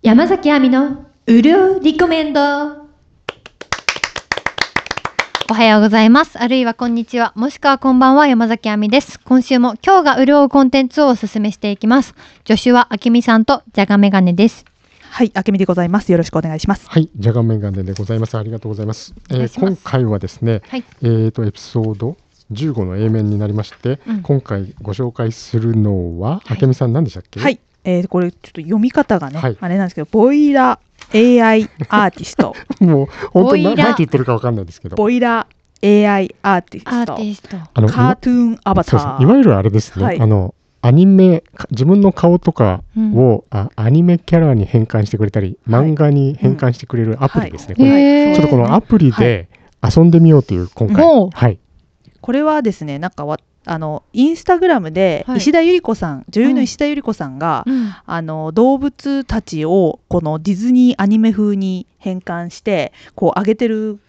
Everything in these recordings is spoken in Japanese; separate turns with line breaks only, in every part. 山崎亜美のうるうリコメンドおはようございますあるいはこんにちはもしくはこんばんは山崎亜美です今週も今日が潤うコンテンツをおすすめしていきます助手は明美さんとじゃがメガネです
はい、あけみでございます。よろしくお願いします。
はい、じゃがメガネでございます。ありがとうございます。
お願
え
いし
ー
ます
今回はですね、
はい
えーとエピソード15の A 面になりまして、
うん
今回ご紹介するの
は
は、
い
あけみさん何でしたっけ？
はい、えー、これちょっと読み方がね、
はい
あれなんですけど、ボイラ AI アーティス ト、
もう本当に
ボイ
な
ラ
何て言ってるかわかんないですけど、
ボイラ AI アーティスト、
アーティスト
あのい
カー
わ
トゥーンアバタ
そう
ー。
そういわゆるあれですね。
はい
あのアニメか自分の顔とか
うん
を、あアニメキャラに変換してくれたり、
はい
漫画に変換してくれるアプリですね。
はい
これ
へー
ちょっとこのアプリで遊んでみようという今回、
おう
はい、
これはですね、なんかわあのインスタグラムで
はい
石田ゆり子さん、女優
う
の
ん
石田ゆり子さんが、
うん
あの動物たちをこのディズニーアニメ風に変換してこう上げてる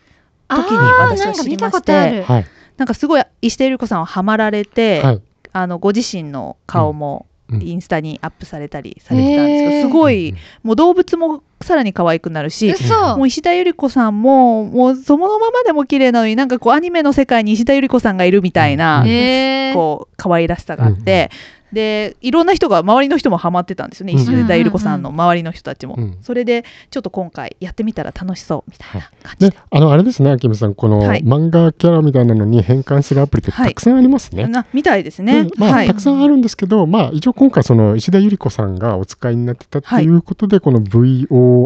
あ
時に
ー
私
な
は
んか
知
見
り
た
ま
こ
し
とあ
て
る
はい、
なんかすごい石田ゆり子さんはハマられて、
はい、
あのご自身の顔も
うんうん
インスタにアップされたりされてたんですけど、
へー
すごいもう動物もさらに可愛くなるし、
嘘
もう石田ゆり子さんももうそのままでも綺麗なのになんかこうアニメの世界に石田ゆり子さんがいるみたいな、
う
へー
こう可愛らしさがあって、でいろんな人が周りの人もハマってたんですよね、
うん
石田ゆり子さんの周りの人たちも。
うん
それでちょっと今回やってみたら楽しそうみたいな感じ
ね
で、、
あのあれですね、秋見さん、この
はい
漫画キャラみたいなのに変換するアプリって
はい
たくさんありますね。
なみたいです
で
ね。
まあ
はい
たくさんあるんですけど、まあ、一応今回、その石田ゆり子さんがお使いになってたっていうことで、この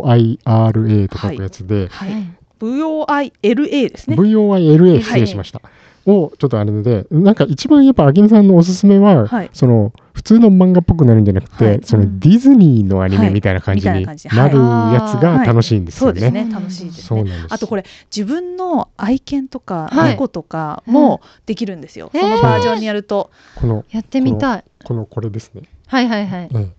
VOIRA と書くやつで、
は
はいい
VOILA ですね。
VOILA 失礼しました、をちょっとあれで、なんか一番やっぱ秋見さんのおすすめは、
はい
その普通の漫画っぽくなるんじゃなくて、
はい
そ
うん
のディズニーのアニメみたいな感じ
はいみ
に
たいな感じ
なるやつが楽しいんです
そう
よ
です
ね。
ね。
ね
楽しいです
そう
ね。
なんです
あとこれ自分の愛犬とか
はい
猫とかもできるんですよ。
うん
そのバージョンにやると、
この
やってみたい
このこれですね。
はいはいはい
うん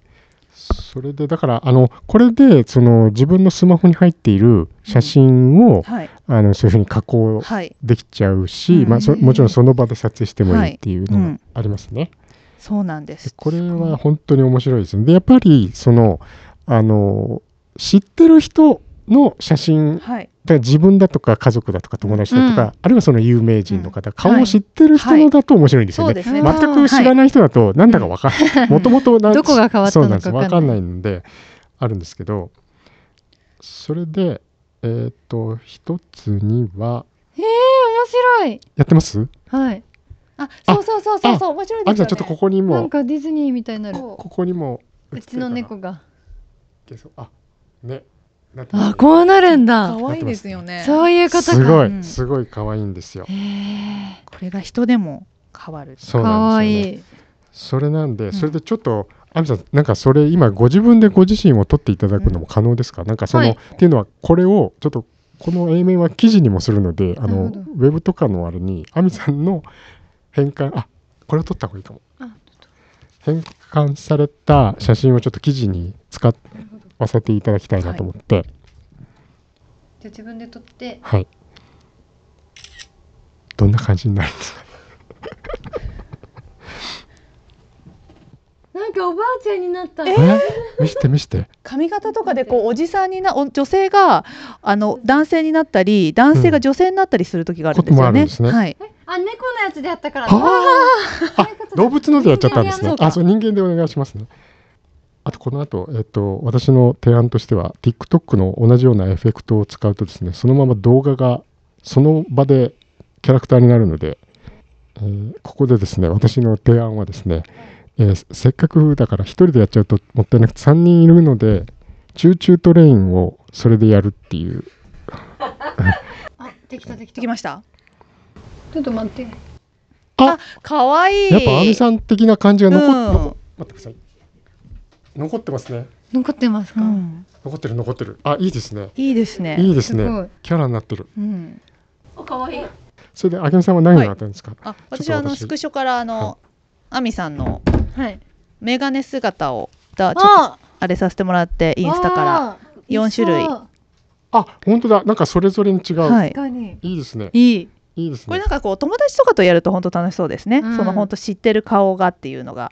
それでだからあのこれでその自分のスマホに入っている写真を、
はい
あのそういうふうに加工
はい
できちゃうし、
うん
まあ、そもちろんその場で撮影してもいいっていう
う
のが
ん
ありますね。
そうなんで。
ですこれは本当に面白いですね。でやっぱりそのあの知ってる人の写真
はい
だから自分だとか家族だとか友達だとか、
うん
あるいはその有名人の方、
は
顔
い
を知ってる人のだと面白いんですよ
そう
ね。
ですね。
まあ
全く知らない人だとなんだかわかんない、もともとな
どこが変わったのか
そうなんです
わ
わ
か
か
ん
ん
な
ないいんであるんですけどそれでえっ、と一つには
えー、面白い
やってます
はい
あそうそうそうそうそう面白いですよね。
あじゃあちょっとここに
な
も
んかディズニーみたいになる
ここにも
うちの猫が
映ってるかなあねなってます
あこうなるんだ
可愛いですよね。
そういうことか
すご
うん
いすごい可愛いんですよ
へー
これが人でも変わる。
そう
か
な
わ
んですよね
いい。
それなんで、
ん
それでちょっと、亜美さん、なんかそれ、今、ご自分でご自身を撮っていただくのも可能ですか、なんかその、
はい
っていうのは、これを、ちょっと、この A 面は記事にもするので、あの
なるほど
ウェブとかのあれに、亜美さんの変換、あこれを撮った方がいいかも。
あ
変換された写真をちょっと記事に使わせていただきたいなと思って、
じゃあ自分で撮って。
はい。どんな感じになるんですか
なんかおばあちゃんになった。
え見して見して。
髪型とかでこうおじさんになお女性があの男性になったり男性が女性になったりする時があるんですよね。
うんこともあ
はい。
あ、猫のやつでやったから
だはあ動物のでやっちゃったんです
人間でやろう。
ね
か
あ、そう人間でお願いしますね。あとこの後、えっと私の提案としては TikTok の同じようなエフェクトを使うとですね、そのまま動画がその場でキャラクターになるので、えーここでですね、私の提案はですね、えーせっかくだから一人でやっちゃうともったいなくて3人いるので、チューチュートレインをそれでやるっていう。
あ、できたでき
できました。
ちょっと待って。
可愛いい。
やっぱアミさん的な感じが残っ、
うん
残待ってください。残ってますね。
残ってますか。
うん
残ってる残ってる。あ、いいですね。
いいですね。
いいですね
すごい。
キャラになってる。
うん。
それで、あけみさんは何があったんですか、
あ、私はあのスクショからあのアミさんの
はい。
メガネ姿をだちょっと
あ、
あれさせてもらってインスタから。
あー。
四種類
確
あ、本当だ。なんかそれぞれに違う。、
はいい。
かに。
いですね。
いい。
いいです
これ
ね
なん。かこう友達とかとやると本当楽しそうですね。
うん
その本当知ってる顔がっていうのが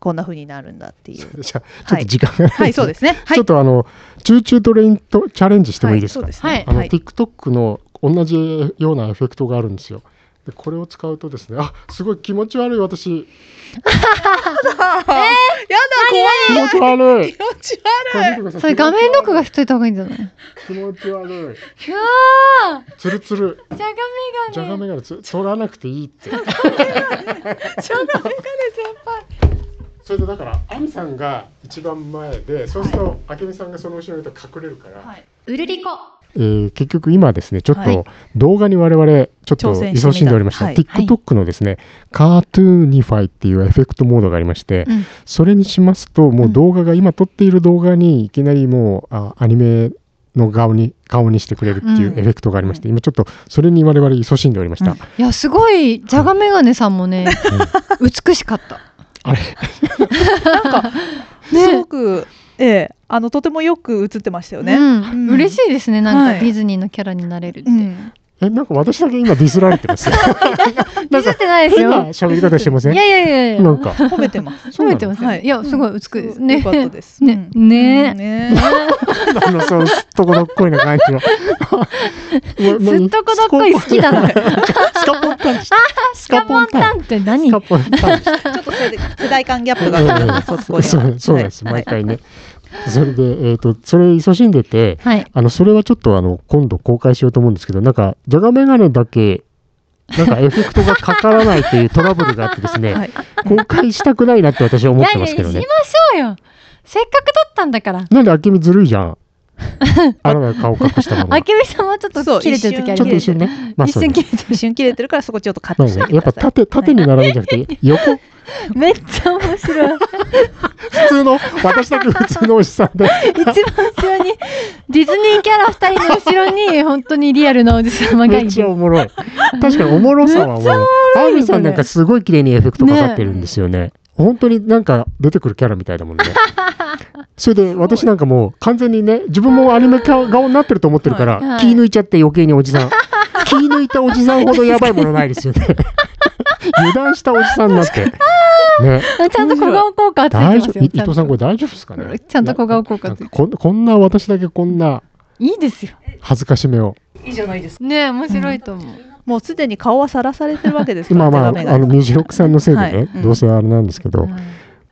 こんな風になるんだっていう。
じゃあちょっと時間がない
はい、そうですね。はい
ちょっ。とあの、チューチュートレインとチャレンジしてもいいですか、
はい、そうですね。
あの、
はい。
TikTok の同じようなエフェクトがあるんですよ。でこれを使うとですね、あすごい気持ち悪い、私、
やだ、怖い。
気持ち悪 い。
気持ち
これ見てください
それ画面録画しといた方がいいんじゃない
気持ち悪い。
うわ
つるつる、
じゃが
じゃがメガネつ、取らなくていいって。
悪い。ちょっと眼鏡先輩。
それでだから、アミさんが一番前で、そうすると、あけみさんがその後ろにいると隠れるから、
はい。
うるりこ
えー結局今ですねちょっ
はい
と動画に我々ちょっと
挑
依
戦してみた
存しんでおりました、
はい
TikTok のですね、カートゥーニファイっていうエフェクトモードがありまして、
うん
それにしますともううん動画が今撮っている動画にいきなりもうあアニメの顔に顔にしてくれるっていう
うん
エフェクトがありまして、今ちょっとそれに我々依存しんでおりました、
うん
いやすごいじゃがメガネさんもね美しかった
あれ
ね
すごく、ええ、あの、とてもよく映ってましたよね。
うん
うん
嬉しいですねなん
は
か
い
ディズニーのキャラになれるって、
うん
えなんか私だけ今ディスられ てますよ
デ
な
ィ
ん
スっ
か
てないです
変な
よ
喋り方してません
いやいやいやいや
なんか
褒めてます。
そ
褒
うな
め
の
てますね、
はい
い、やすごい美しいですね
よかったです。
ね
うん
ね
ね
あの、そう、すっとこどっこいな感じ は。
すっとこどっこい好きだな。
スカポンタンチ。
スカポンタンって何
スカポンタンチ。
ちょっと世代世代間ギャップがある ので、そこには
そうそうなんです、
はい
毎回ね。それで、えっ、と、それ、勤しんでて、
はい
あの、それはちょっと、あの、今度公開しようと思うんですけど、なんか、じゃがメガネだけ、なんかエフェクトがかからないというトラブルがあってですね、
はい
公開したくないなって私は思ってますけど
いや
ね
いや。しましょうよせっかく撮ったんだから
なんで、あけみずるいじゃん。あなたが顔隠したまま。
あ
ち
けみさんもちょっ
そ
と
う
切れてる時あ
ょっと
る
一瞬ね。まあ、
一
そうね
瞬切れてる
一瞬切れてるからそこちょっとカッ
まあ
トして
ね
ください。
やっぱ縦縦に並べじゃなくて横
めっちゃ面白い
普通の私だけ普通のおじさんで
一番後ろにディズニーキャラ2人の後ろに本当にリアルなおじさまが
め
い
っ
る
ちゃおもろい確かにおもろさはおもろいアーミーさんなんかすごい綺麗にエフェクトかかってるんですよね本当になんか出てくるキャラみたいだもんねそれで私なんかもう完全にね自分もアニメ顔になってると思ってるから、
はい
気抜いちゃって余計におじさん気抜いたおじさんほどやばいものないですよね油断したおじさんになってね
ちゃんと小顔効果ついてま
大丈
す
夫
よ
い伊藤さんこれ
れ
大丈夫ですかね
ちゃんと小顔効果
なん
つい
か
て
こんこんな私だけこんない
いですよ
恥ずかしめを
いいじゃないですか。
ね面白いと思う、
もうすでに顔はさらされてるわけですから。
今まああ
手紙が
のミュージロックさんのせいでね、
はいうん
どうせあれなんですけど、
はい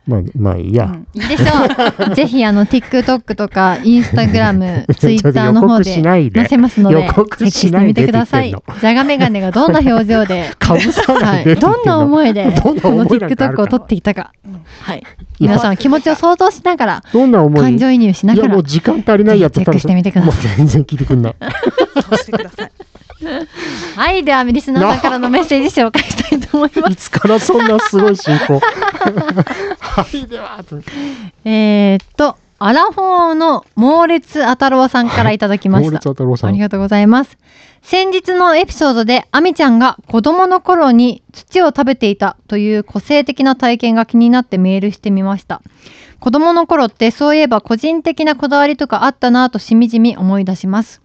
まあまあいいや、
うん
いいでしょ うぜひあの TikTok とか Instagram、Twitter の方
予告し
で
ないで
載せますので
予告
チェック
し
し
な
て
い
み
で
てください
って言っ
じ
て
ゃがメガネがどんな表情で
かぶさ な
はい
で
い、
って言って
どんな
の
思いで
ど
こ
んな思
の
いなんかある
TikTok
か
を撮っていたか、はい、
いや
皆さん気持ちを想像しながら
どんな思い
感情移入しないが
や
ら
もう時間足りないやって
チェックしてみてください
もう全然聞いてく んない
そうしてください。
はいではリスナーさんからのメッセージ紹介したいと思いま
い
す
つからそんなすごい進 行はいでは
えーっとアラフォーの猛烈あたろうさんからいただきま
猛
した
烈太郎さ
あり
ん
がとうございます。先日のエピソードで、アミちゃんが子供の頃に土を食べていたという個性的な体験が気になってメールしてみました。子供の頃ってそういえば個人的なこだわりとかあったなぁとしみじみ思い出します。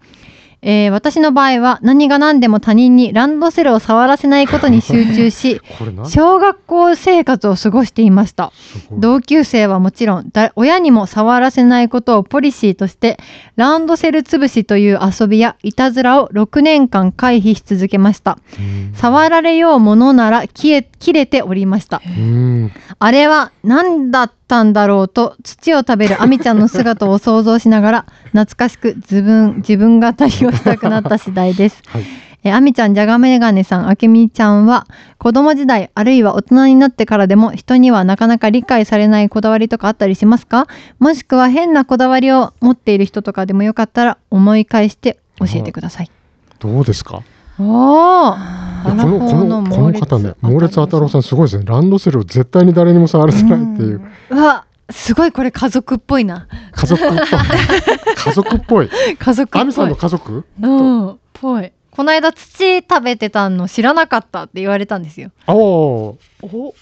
えー私の場合は何が何でも他人にランドセルを触らせないことに集中 し
これなんす
小学校生活を過ごしていました
ごい
同級生はもちろんだ親にも触らせないことをポリシーとしてランドセル潰しという遊びやいたずらを6年間回避し続けました
うん
触られようものなら消え切れておりました
うん
あれは何だったんだろうと土を食べるアミちゃんの姿を想像しな がら懐かしく自分自分語りをしたくなった次第です、
はい
えアミちゃんじゃがメガネさんあけみちゃんは子供時代あるいは大人になってからでも人にはなかなか理解されないこだわりとかあったりしますかもしくは変なこだわりを持っている人とかでもよかったら思い返して教えてください、
どうですか
おー
いや
ア
こ
ラフォ
のこ
ーの
のこ
猛
の
烈
方ね猛烈
あ
あ
た
た
ろ
ろ
う
う
さ
さ
ん
んすごいですねランドセルを絶対に誰にも触らせないっていう、
うわすごいこれ家族っぽいな
家族っぽい家族っぽい
家族っぽい
亜美さんの家族
うん、ぽい。この間土食べてたの知らなかったって言われたんですよ。
ああお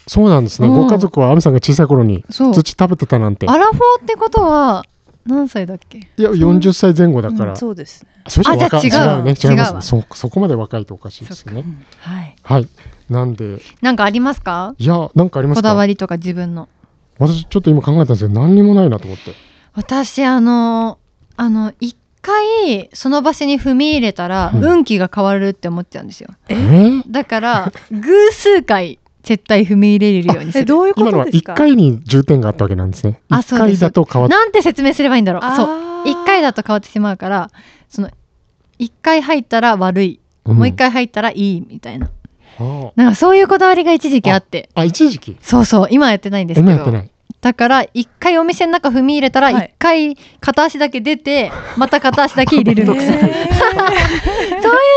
そうなんですね、
うん
ご家族は亜美さんが小さい頃に
そう
土食べてたなんて
アラフォーってことは何歳だっけ？
いや40歳前後だから、
うん
そ
そうですね。
うしたら若
あじゃあ違う
ね
違
違
う
い
わ
ますねそそこまで若いとおかしいですよね
はい。
はいなんで
なんかありますか？
いやなんかあります
こ
か
だわりとか自分の。
私ちょっと今考えたんですけど何にもないなと思って
私あのあの一回その場所に踏み入れたら、
うん
運気が変わるって思っちゃうんですよ
え
え
ー
だ から偶数回絶対踏み入れるようにす
え
る
どういうこ
今の
と
は
です
1
か
回に重点があったわけなんですね
あ
1
そうで
回
す
だと変わっ
なんて説明すればいいんだろうそう
あー
一回だと変わってしまうからその一回入ったら悪い、
うん
もう一回入ったらいいみたいな
あ
なんかそういうこだわりが一時期あって
あ一時期
そうそう今はやってないんですけ
今やって
ど
ない
だから一回お店の中踏み入れたら
はい
一回片足だけ出 て、また片足だけ入れるみたいな そうい
えー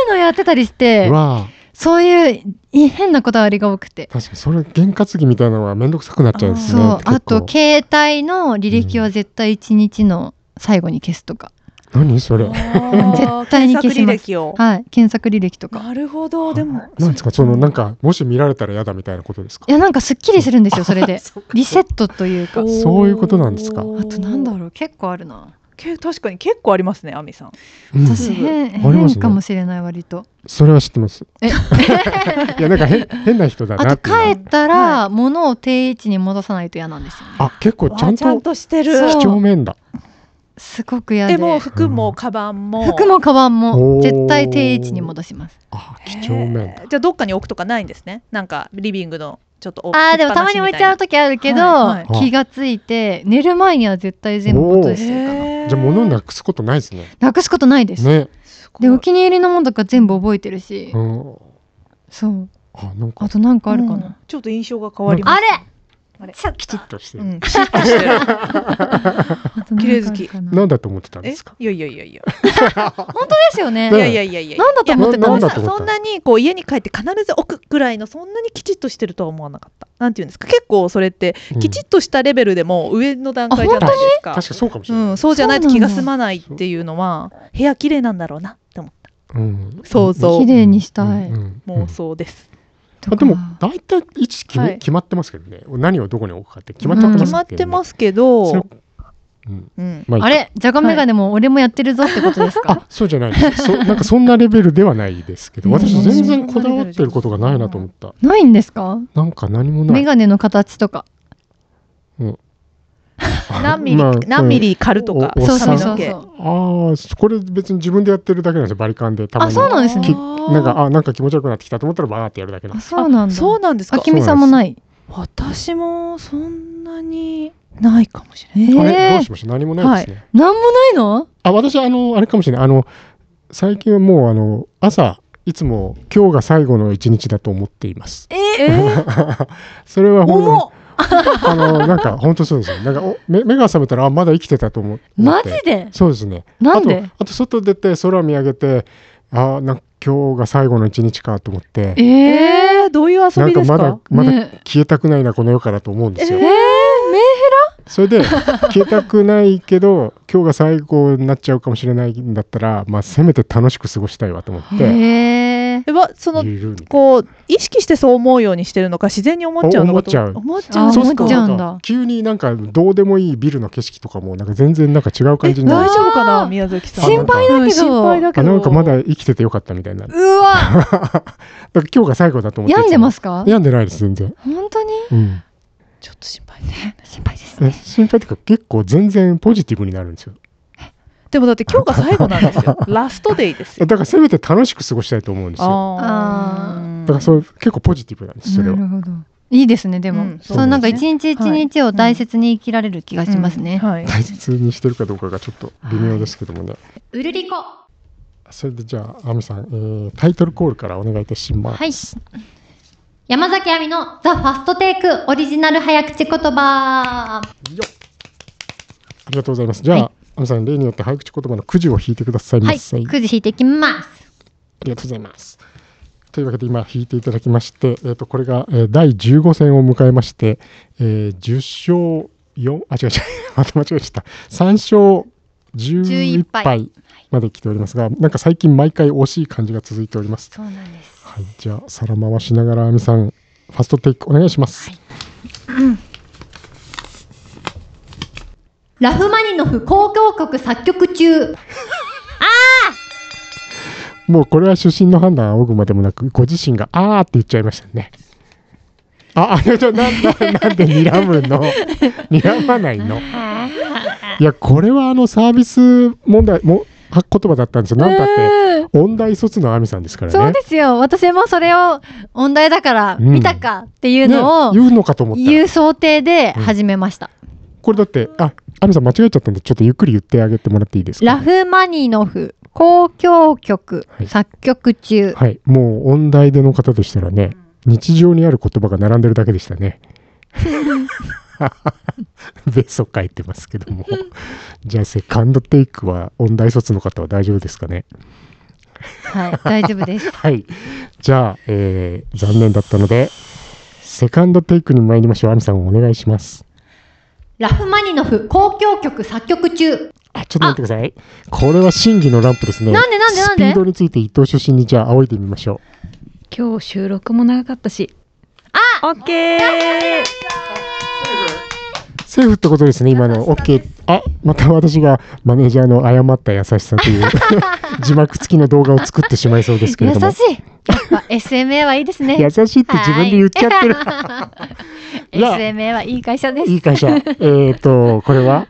うのやってたりして
うわあ
そういうい変なこだわりが多くて。
確かにそれ験担ぎみたいなのは面倒くさくなっちゃうんです
そ
ね
う
結構
あと携帯の履歴は絶対1日の最後に消すとか、
何 それ
絶対に消します
検索履歴を
はい、検索履歴とか
なるほどでも
なんですかそのなんかもし見られたら嫌だみたいなことですか
いやなんかすっきりするんですよそれ で
そうか
リセットというか
お
あ
ー
そういうことなんですか
となんだろう結構あるな
け確かに結構ありますねアミさん
うん
私変
あります
変
ね
かもしれない割と
それは知ってます
え
いやなんか変変な人だな
あと
っていうのは
帰ったら物を定位置に戻さないと嫌なんですよね
あ結構ちゃん
わあちゃん
と
としてる
そう
几帳面だ
すごく嫌で
でも服もカバンも
服もカバン
お
も
ー
絶対定位置に戻します
あ几帳面だ
へーじゃあどっかに置くとかないんですねなんかリビングのちょっと置き
あーでもたまに置いちゃう
と
時あるけど、
はい
はい
気がついて寝る前には絶対全部戻してるかな
じゃあ物なくすことないですね
なくすことないです、
ね
でお気に入りのものとか全部覚えてるし、
うん
そう
あなんか
あとなんかあるかな、
ちょっと印象が変わります
あれ
あれ
ちょきちっ
として
う
る
ん、ピシッとしてる
と
綺麗好
なんかあ
き
るかな
なんだと思ってたん
え
ですか
いやいやいやいや
本当ですよね
い
ね
やいやいやいや
なんだと思ってた
な
の
んだと思った
そんなにこう家に帰って必ず置くぐらいのそんなにきちっとしてるとは思わなかったなんていうんですか結構それってきちっとしたレベルでも上の段階じゃないです
うん
か
確かにそうかもしれ
う
ない
ん、そうじゃないと気が済まないっていうのは部屋綺麗なんだろうなって思っ
うん
想像
綺麗にしたい
うん
た
うん
妄想です、
と
まあ
か
でも大体位置決め
はい
決まってますけどね何をどこに置くかって決まっちゃってます
決まってますすけど、
うん
うん、
まあ
あれじゃがメガネも俺もやってるぞってことです か、
あそうじゃないですそ なんかそんなレベルではないですけど
うん
私全然こだわってることがないなと思った
ないんですか
なんか何もな
メ
い
ガネの形とか
何ミリ、
まあ
何ミリ刈るとか
お
そうそう
髪
そ
の
う
毛
そう
ああこれ別に自分でやってるだけなんですよバリカンでたま
あ
に
そうなんですね
なんかあなんか気持ちよくなってきたと思ったらバーってやるだけなん
あ
です
そうなんだ
そうなんです
あ
か
きみさんもない
私もそんなにないかもしれ
え
ない
あれ
ー
どうしました何もないですね
なんもないの
あ私あのあれかもしれないあの最近はもうあの朝いつも今日が最後の一日だと思っています。
えー、
それはほん
重っ
あのなんか本当そうですよ。なんかお目目が覚めたらあまだ生きてたと思って。
マジで
そうですね。
なんで
あとあと外出て空見上げてあーなんか今日が最後の一日かと思って
え。
え
え
ー、どういう遊
な
び
んか
ですか
まだまだ
ね
消えたくないなこの世からと思うんですよ。
えー、め
それで消えたくないけど今日が最後になっちゃうかもしれないんだったら、まあ、せめて楽しく過ごしたいわと思って。
へえ
えわその
ゆるみたいな
こう意識してそう思うようにしてるのか自然に思っちゃうのかと
お
思っち
あ
ゃう
そ
の
う
か
思っちゃうんだ
なんか急になんかどうでもいいビルの景色とかもなんか全然なんか違う感じにな
大
る
丈夫かな宮崎さん
心配
だけど
うん心配だけ
あ
ど
なんかまだ生きててよかったみたいになる
う わ
だから今日が最後だと思って
病んでますすか
病んでないです全然、
本当に
うん、
ちょっと心配ね
心配です
え
ね
心配っていうか結構全然ポジティブになるんですよ
でもだって今日が最後なんですよラストデイです
だ
よ
からせめて楽しく過ごしたいと思うんですよ
あ
だからそう結構ポジティブなんですそれ
な
は
るほどいいですねでも、
うん
そうなんか
そうです
一日一日を大切に生きられる気がしますね、
はい
大切にしてるかどうかがちょっと微妙ですけどもね
うるりこ
それでじゃあ亜美さん、えータイトルコールからお願いいたします、
はい。山崎亜美のザ・ファストテイクオリジナル早口言葉。
よっありがとうございます。じゃあ、アムさん、例によって早口言葉のくじを引いてくださいま
はい。
せ。あ
くじ引いていきます。
りがとうございます。というわけで、今、引いていただきまして、えー、とこれが、えー第15戦を迎えまして、えー10勝4、あ、違う 違う、また間違えちゃった。3勝11
11
敗まで来ておりますが、なんか最近、毎回惜しい感じが続いております。
そうなんです。
はい、じゃあ、皿回しながら、アミさん、ファストテイクお願いします。
ラフマニノフ交響曲作曲中。
もうこれは主審の判断は仰ぐまでもなく、ご自身があーって言っちゃいましたね。あ、 あ、じゃあじゃあなんなんなんで睨むの 睨まないのいや、これはあのサービス問題も、は言葉だったんですよ。なんだって、
うん
音大卒の亜美さんですからね。
そうですよ。私もそれを音大だから
うん
見たかっていうのを
ね、言うのかと思った
言う想定で始めました。
これだってあ亜美さん間違えちゃったんでちょっとゆっくり言ってあげてもらっていいですか
ラフマニノフ交響曲
はい
作曲中。
はいもう音大での方としたらね日常にある言葉が並んでるだけでし たね ベソ書いてますけどもじゃあセカンドテイクは音大卒の方は大丈夫ですかね
はい、大丈夫です。
はいじゃあ、えー残念だったのでセカンドテイクに参りましょう亜美さんお願いします
ラフマニノフ交響曲作曲中。
あちょっと待ってくださいこれは真偽のランプですね
なんでなんでなんで
スピードについて伊藤出身にじゃあ仰いでみましょう
今日収録も長かったし
オッケー
セーフってことですね、今の。OK。あ、また私がマネージャーの誤った優しさと いう字幕付きの動画を作ってしまいそうですけ
優
れ
しい
ども。。
やっぱ SMA はいいですね。
優しいって自分で言っちゃってる。 いや
SMA はいい会社です。
いい会社。えっ、と、これは、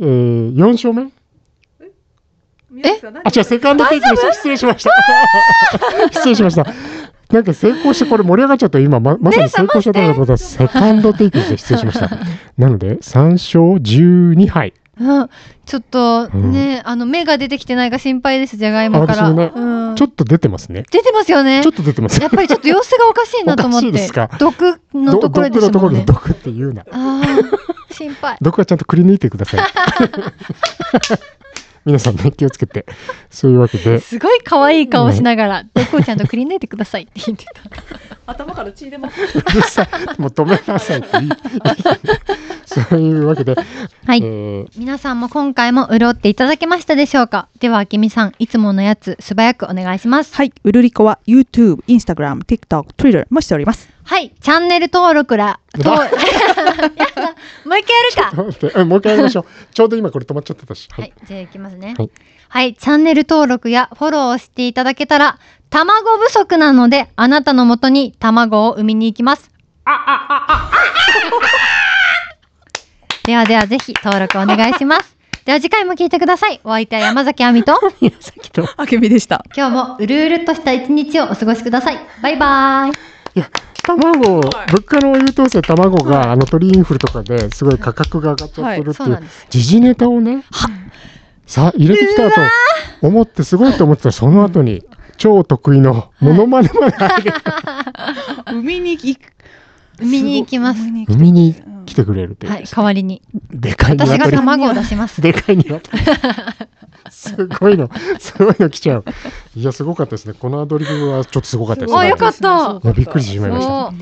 えー、4勝目あ、違う、セカンドテイクでした。失礼しました。失礼しました。なんか成功して、これ盛り上がっちゃった。今ま、まさに成功したということは、セカンドテイクでした失礼しました。なので、3勝12敗。
うん、ちょっと
うん
ね、あの目が出てきてないか心配です、じゃがいもか
あ
ら。
私もね
うん
ちょっと出てますね。
出てますよね
ちょっ。と出てます。
やっぱりちょっと様子がおかしいなと思っ
おかしいで
て
すか。
毒のところで
毒
し
の
ょ
とこ
もん
ろ
ね。
で毒って言うな。
ああ、心配。
毒はちゃんとくり抜いてくだ さい。皆さんね、気をつけて。そういうわけで、
すごい可愛い顔しながら、毒をちゃんとくり抜いてくださいって言って た。
頭から血出ます。
うるさいもう止めなさいっていい。そういうわけで、
はい。
えー
皆さんも今回も潤っていただけましたでしょうかではあきみさんいつものやつ素早くお願いします
はい、ウルリコは YouTube、Instagram、TikTok、Twitter もしております。
はいチャンネル登録ら
うわ
と やだもう一回やるか
待ってうんもう一回やりましょう。ちょうど今これ止まっちゃってたし。は
はいい、じゃあいきますね。
は
はいい、チャンネル登録やフォローをしていただけたら、卵不足なので、あなたのもとに卵を産みに行きます。 ではではぜひ登録お願いします。では次回も聞いてください。お相手は山崎亜美と、
あけみでした。
今日もうるうるっとした一日をお過ごしください。バイバイ。
いや、卵、物価の優等生卵が、あの鳥インフルとかですごい価格が上がっちゃってるって
そう
い
なん
う、
です。
時事ネタをね、さ入れてきたと思って、すごいと思ってたらその後に、超得意のモノマネまで入れて
海に行く。
産みに行きます
ごい海に行き
海に来てくれるという、
はい、代わりに。
でかい
私が
鶏
卵を出します。
でかい鶏すごいのすごいの来ちゃういやすごかったですねこのアドリブはちょっとすごかったです
およかった
いやびっくりしてしまいました
お